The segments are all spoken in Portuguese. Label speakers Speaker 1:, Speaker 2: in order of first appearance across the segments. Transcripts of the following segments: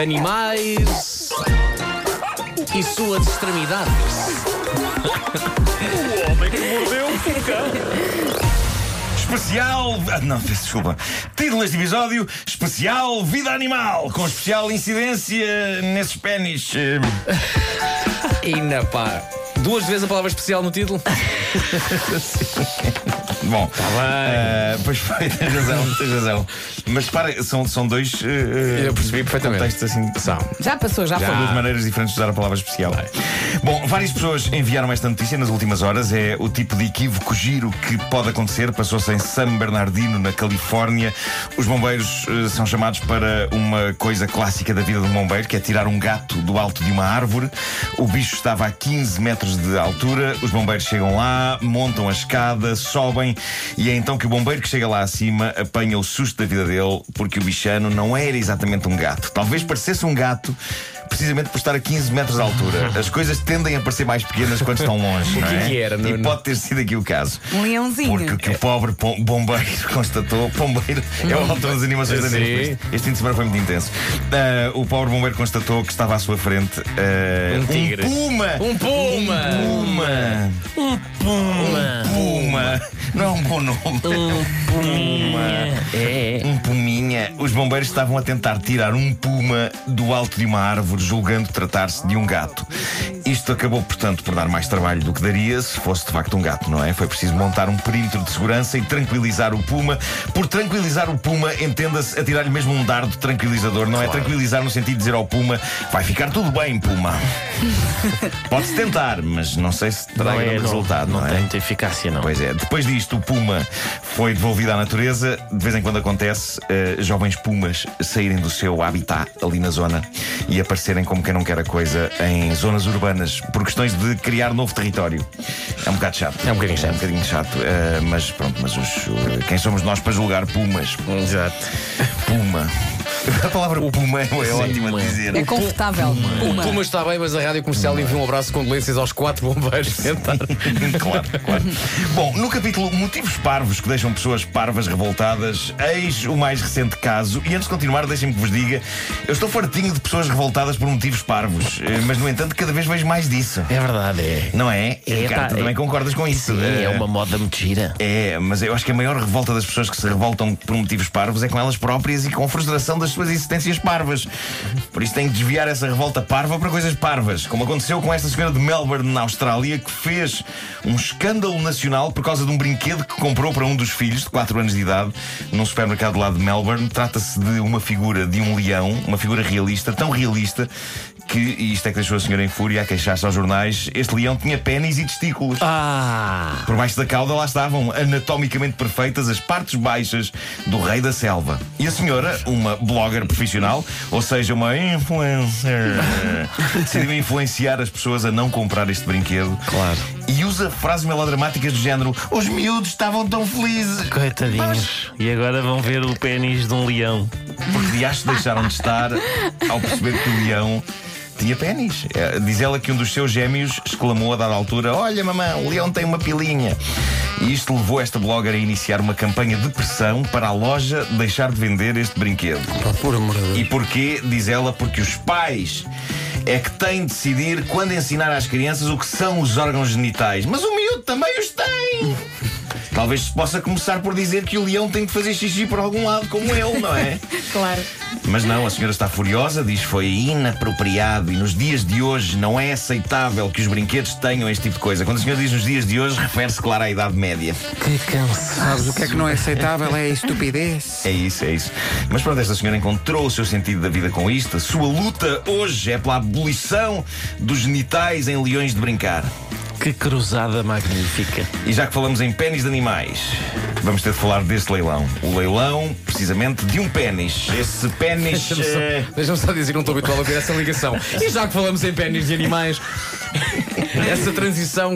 Speaker 1: Animais e suas extremidades.
Speaker 2: O homem que mordeu o cão.
Speaker 3: Especial. ah, Não, peço desculpa. Título deste episódio: Especial Vida Animal, com especial incidência nesses pênis. eh,
Speaker 1: E na pá. Duas vezes a palavra especial no título.
Speaker 3: Bom, tá bem. pois foi, tens razão, tens razão. Mas para, são, são dois. eh,
Speaker 1: Eu percebi perfeitamente.
Speaker 3: Contextos assim.
Speaker 1: São.
Speaker 4: Já passou, já,
Speaker 3: São
Speaker 4: foi.
Speaker 3: duas maneiras diferentes de usar a palavra especial. Bom, várias pessoas enviaram esta notícia nas últimas horas. É o tipo de equívoco giro que pode acontecer. Passou-se em San Bernardino, na Califórnia. Os bombeiros eh, são chamados para uma coisa clássica da vida de um bombeiro, que é tirar um gato do alto de uma árvore. O bicho estava a 15 metros de altura. Os bombeiros chegam lá, montam a escada, sobem. E é então que o bombeiro que chega lá acima apanha o susto da vida dele, porque o bichano não era exatamente um gato. Talvez parecesse um gato, precisamente por estar a 15 metros de altura. As coisas tendem a parecer mais pequenas quando estão longe, não
Speaker 1: que
Speaker 3: é?
Speaker 1: que era,
Speaker 3: e
Speaker 1: Nuno?
Speaker 3: pode ter sido aqui o caso.
Speaker 4: Um leãozinho.
Speaker 3: Porque o que o pobre pom- bombeiro constatou, bombeiro é o autor das animações da
Speaker 1: Sim.
Speaker 3: Netflix. Este- Este fim de semana foi muito intenso. Ah, o pobre bombeiro constatou que estava à sua frente ah,
Speaker 1: Um tigre.
Speaker 3: puma!
Speaker 1: Um puma! Ah.
Speaker 3: Puma! Um puma! Não é um bom nome.
Speaker 1: É.
Speaker 3: Um puminha. Os bombeiros estavam a tentar tirar um puma do alto de uma árvore, julgando tratar-se de um gato. Isto acabou, portanto, por dar mais trabalho do que daria se fosse de facto um gato, não é? Foi preciso montar um perímetro de segurança e tranquilizar o puma. Por tranquilizar o puma, entenda-se atirar-lhe mesmo um dardo tranquilizador, não é? Tranquilizar no sentido de dizer ao puma: vai ficar tudo bem, puma. Pode-se tentar, mas não sei se terá
Speaker 5: Não é,
Speaker 3: grande
Speaker 5: não-
Speaker 3: resultado, não,
Speaker 5: não
Speaker 3: é?
Speaker 5: tem muita eficácia, não.
Speaker 3: Pois é, depois disto, o puma foi devolvido à natureza. De vez em quando acontece eh, jovens pumas saírem do seu habitat ali na zona e aparecerem como quem não quer a coisa em zonas urbanas por questões de criar novo território. É um bocado chato.
Speaker 5: É um bocadinho
Speaker 3: É
Speaker 5: chato.
Speaker 3: um bocadinho chato, eh, mas pronto, mas os, eh, quem somos nós para julgar pumas?
Speaker 5: Exato.
Speaker 3: Puma. A palavra puma é ótima de dizer.
Speaker 4: É confortável. Uma.
Speaker 1: O puma está bem, mas a rádio comercial envia um abraço com condolências aos quatro bombeiros.
Speaker 3: claro, claro. Bom, no capítulo Motivos Parvos que deixam pessoas parvas revoltadas, eis o mais recente caso. E antes de continuar, deixem-me que vos diga: eu estou fartinho de pessoas revoltadas por motivos parvos, eh, mas no entanto, cada vez vejo mais disso.
Speaker 5: É verdade, é.
Speaker 3: Não é?
Speaker 5: É,
Speaker 3: Ricardo,
Speaker 5: pá,
Speaker 3: tu
Speaker 5: é-
Speaker 3: também concordas com isso?
Speaker 5: Sim,
Speaker 3: Eh,
Speaker 5: é uma moda muito gira.
Speaker 3: é, mas eu acho que a maior revolta das pessoas que se revoltam por motivos parvos é com elas próprias e com a frustração das suas existências parvas. Por isso tem que desviar essa revolta parva para coisas parvas, como aconteceu com esta senhora de Melbourne, na Austrália, que fez um escândalo nacional por causa de um brinquedo que comprou para um dos filhos de 4 anos de idade num supermercado lá de Melbourne. Trata-se de uma figura de um leão, uma figura realista, tão realista que, e isto é que deixou a senhora em fúria a queixar-se aos jornais, este leão tinha pênis e testículos.
Speaker 5: Ah!
Speaker 3: Por baixo da cauda lá estavam anatomicamente perfeitas as partes baixas do rei da selva. E a senhora, uma blogger profissional, ou seja, uma influencer, decidiu influenciar as pessoas a não comprar este brinquedo.
Speaker 5: Claro.
Speaker 3: E usa frases melodramáticas do género: Os miúdos estavam tão felizes.
Speaker 5: Coitadinhos. E agora vão ver o pênis de um leão.
Speaker 3: Porque de acho deixaram de estar ao perceber que o leão. Tinha pênis. Eh, Diz ela que um dos seus gêmeos exclamou a dada altura: Olha, mamãe, o leão tem uma pilinha. E isto levou esta blogger a iniciar uma campanha de pressão para a loja deixar de vender este brinquedo. E porquê? Diz ela, porque os pais é que têm de decidir quando ensinar às crianças o que são os órgãos genitais. Mas o miúdo também os tem! Talvez se possa começar por dizer que o leão tem de fazer xixi por algum lado, como ele, não é?
Speaker 4: Claro.
Speaker 3: Mas não, a senhora está furiosa, diz que foi inapropriado e nos dias de hoje não é aceitável que os brinquedos tenham este tipo de coisa. Quando a senhora diz nos dias de hoje, refere-se, claro, à Idade Média.
Speaker 5: Que cansaço.
Speaker 6: Sabes o que é que não é aceitável? É a estupidez.
Speaker 3: É isso, é isso. Mas pronto, esta senhora encontrou o seu sentido da vida com isto. A sua luta hoje é pela abolição dos genitais em leões de brincar.
Speaker 5: Que cruzada magnífica.
Speaker 3: E já que falamos em pênis de animais, vamos ter de falar deste leilão. O leilão, precisamente, de um pênis. Esse pênis. eh,
Speaker 1: Deixa-me só dizer, não estou habituado a ouvir essa ligação. E já que falamos em pênis de animais, essa transição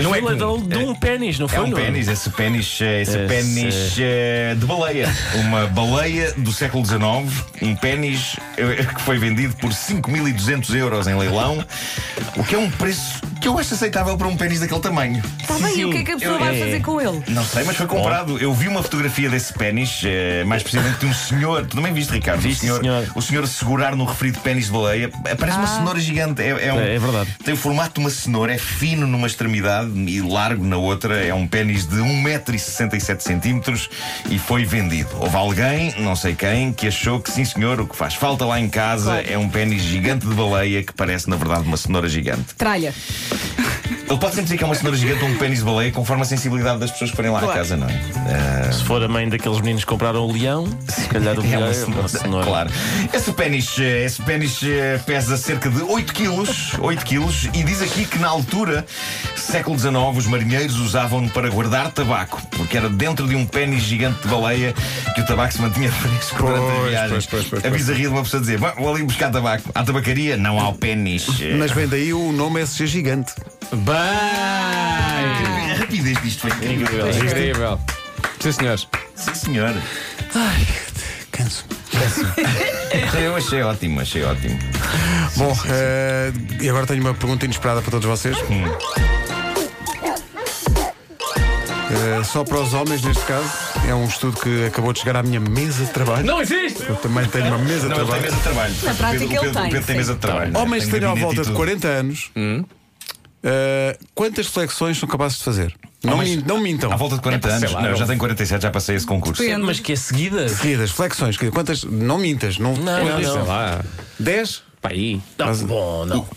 Speaker 1: não é
Speaker 5: o
Speaker 1: comum.
Speaker 5: leão de um pênis, não foi?
Speaker 3: É um
Speaker 5: Nuno?
Speaker 3: pênis, esse pênis, eh, esse
Speaker 5: Esse-
Speaker 3: pênis eh, de baleia. Uma baleia do século XIX, um pênis eh, que foi vendido por 5.200 euros em leilão, o que é um preço que que eu acho aceitável para um pênis daquele tamanho.
Speaker 4: Está bem, e o que é que a pessoa vai fazer com ele?
Speaker 3: Não sei, mas foi comprado. Eu vi uma fotografia desse pênis, eh, mais precisamente de um senhor. Tu também viste, Ricardo?
Speaker 5: Viste,
Speaker 3: o, senhor,
Speaker 5: senhor.
Speaker 3: o senhor a segurar no referido pênis de baleia. Parece uma cenoura gigante. É, um-
Speaker 5: É, é verdade.
Speaker 3: Tem o formato de uma cenoura, é fino numa extremidade e largo na outra. É um pênis de 1,67m e foi vendido. Houve alguém, não sei quem, que achou que sim, senhor, o que faz falta lá em casa é um pênis gigante de baleia que parece, na verdade, uma cenoura gigante.
Speaker 4: Tralha.
Speaker 3: Ele pode sempre dizer que é uma cenoura gigante ou um pênis de baleia, conforme a sensibilidade das pessoas que forem lá à casa, não é? Ah,
Speaker 5: Se for a mãe daqueles meninos que compraram o leão, se calhar o
Speaker 3: é
Speaker 5: leão
Speaker 3: uma
Speaker 5: é uma
Speaker 3: cenoura.
Speaker 5: cenoura.
Speaker 3: Claro. Esse pênis, eh, esse pênis eh, pesa cerca de 8 quilos, 8 quilos, e diz aqui que na altura, século XIX, os marinheiros usavam-no para guardar tabaco, porque era dentro de um pênis gigante de baleia que o tabaco se mantinha fresco durante as
Speaker 7: Pois,
Speaker 3: viagens.
Speaker 7: pois, pois, pois,
Speaker 3: a
Speaker 7: pois.
Speaker 3: bizarria de uma pessoa dizer, "Vá, vou ali buscar tabaco. Há tabacaria? Não há o pênis. Eh,
Speaker 6: Mas vem daí o nome SG gigante.
Speaker 1: um- Bem!
Speaker 3: A rapidez disto foi
Speaker 1: Incrível,
Speaker 3: incrível.
Speaker 1: incrível. Sim, senhores.
Speaker 3: Sim, senhor.
Speaker 6: Canso.
Speaker 3: Eu achei ótimo, achei ótimo.
Speaker 6: Bom, eh, e agora tenho uma pergunta inesperada para todos vocês.
Speaker 3: Hum.
Speaker 6: Eh, só para os homens, neste caso, é um estudo que acabou de chegar à minha mesa de trabalho.
Speaker 1: Não existe!
Speaker 6: Eu também tenho uma mesa de
Speaker 3: Não, ele tem
Speaker 6: trabalho.
Speaker 3: mesa de trabalho.
Speaker 4: Na
Speaker 3: O
Speaker 4: prática,
Speaker 3: Pedro-
Speaker 4: ele
Speaker 3: o Pedro,
Speaker 4: tem,
Speaker 3: o Pedro tem
Speaker 4: sim.
Speaker 3: mesa de trabalho.
Speaker 6: Homens que
Speaker 3: Tem
Speaker 6: tenham à
Speaker 3: gabinete e
Speaker 6: volta de
Speaker 3: tudo. Hum.
Speaker 6: 40 anos, eh, quantas flexões são capazes de fazer? Não,
Speaker 3: Homens-
Speaker 6: min- não mintam.
Speaker 3: À volta de 40 anos.
Speaker 1: lá,
Speaker 3: não, eu já
Speaker 1: não.
Speaker 3: tenho 47, já passei esse concurso.
Speaker 4: Depende.
Speaker 5: Mas que é seguida?
Speaker 6: Seguidas, flexões, quer dizer, quantas? Não mintas. Não,
Speaker 5: Não, não,
Speaker 1: Sei
Speaker 5: não.
Speaker 1: lá.
Speaker 6: 10?
Speaker 1: Pá, aí.
Speaker 5: Não, bom, não.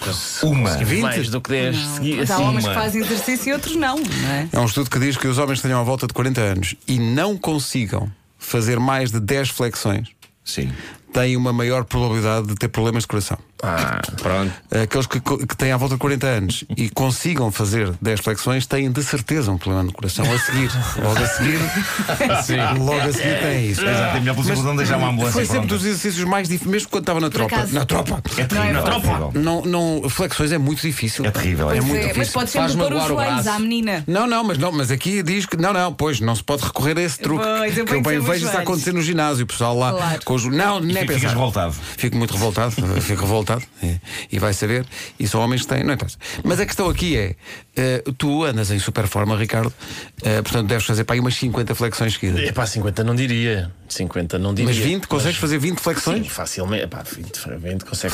Speaker 3: Uma.
Speaker 5: Mais do que 10 seguidas.
Speaker 4: Mas há homens que
Speaker 3: uma.
Speaker 4: fazem exercício e outros não, não é?
Speaker 6: É um estudo que diz que os homens que tenham à volta de 40 anos e não consigam fazer mais de 10 flexões
Speaker 3: Sim.
Speaker 6: têm uma maior probabilidade de ter problemas de coração.
Speaker 3: Ah,
Speaker 1: Pronto.
Speaker 6: Aqueles que, co- que têm à volta de 40 anos e consigam fazer 10 flexões têm de certeza um problema no coração a seguir. Logo a seguir, logo a seguir têm isso.
Speaker 3: Exato, é melhor pelo simples não deixar uma ambulância.
Speaker 6: Foi sempre
Speaker 3: pronta.
Speaker 6: dos exercícios mais difíceis, mesmo quando estava na tropa.
Speaker 4: acaso.
Speaker 6: Na tropa.
Speaker 3: É terrível.
Speaker 4: Não é
Speaker 3: é terrível.
Speaker 6: Não, não, flexões é muito difícil.
Speaker 3: É terrível.
Speaker 6: É
Speaker 3: É
Speaker 4: Pois
Speaker 6: muito
Speaker 4: é, mas
Speaker 6: difícil.
Speaker 4: pode sempre
Speaker 1: Faz
Speaker 4: pôr os
Speaker 1: magoar o
Speaker 4: joelhos
Speaker 1: braço.
Speaker 4: à menina.
Speaker 6: Não, não, mas não, mas aqui diz que não, não, pois não se pode recorrer a esse truque.
Speaker 4: Pois, eu
Speaker 6: que eu
Speaker 4: ponho
Speaker 6: bem
Speaker 4: sempre os
Speaker 6: vejo isso a
Speaker 4: joelhos.
Speaker 6: acontecer no ginásio, o pessoal lá
Speaker 4: Claro.
Speaker 6: com os não, nem
Speaker 3: Ficas
Speaker 6: pensar.
Speaker 3: revoltado.
Speaker 6: Fico muito revoltado, fico revoltado é, e vai saber. E são homens que têm, não interessa. Mas a questão aqui é, eh, tu andas em super forma, Ricardo, eh, portanto deves fazer para aí umas 50 flexões seguidas.
Speaker 5: É pá, 50 não diria. 50 não diria.
Speaker 6: Mas 20, consegues fazer 20 flexões?
Speaker 5: Sim, facilmente. Epá, 20, 20 consegue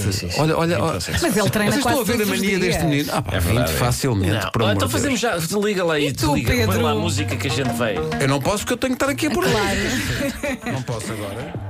Speaker 5: Sim, sim, sim.
Speaker 6: Olha, olha,
Speaker 5: 20
Speaker 6: olha.
Speaker 5: consegue.
Speaker 4: Mas ele treina
Speaker 6: Vocês estão
Speaker 4: quase
Speaker 6: a ver a
Speaker 4: todos os
Speaker 6: mania
Speaker 4: dias.
Speaker 6: deste menino? Ah, pá,
Speaker 3: É verdade,
Speaker 6: 20
Speaker 3: é.
Speaker 6: facilmente,
Speaker 5: Não.
Speaker 6: por amor
Speaker 5: então
Speaker 6: de
Speaker 5: fazemos
Speaker 6: Deus.
Speaker 5: já. Liga-la aí.
Speaker 4: E tu,
Speaker 5: desliga. Põe
Speaker 4: Pedro?
Speaker 5: lá a música que a gente veio.
Speaker 4: É
Speaker 6: Eu não posso porque eu tenho que estar aqui a por
Speaker 4: Claro.
Speaker 6: Não posso agora.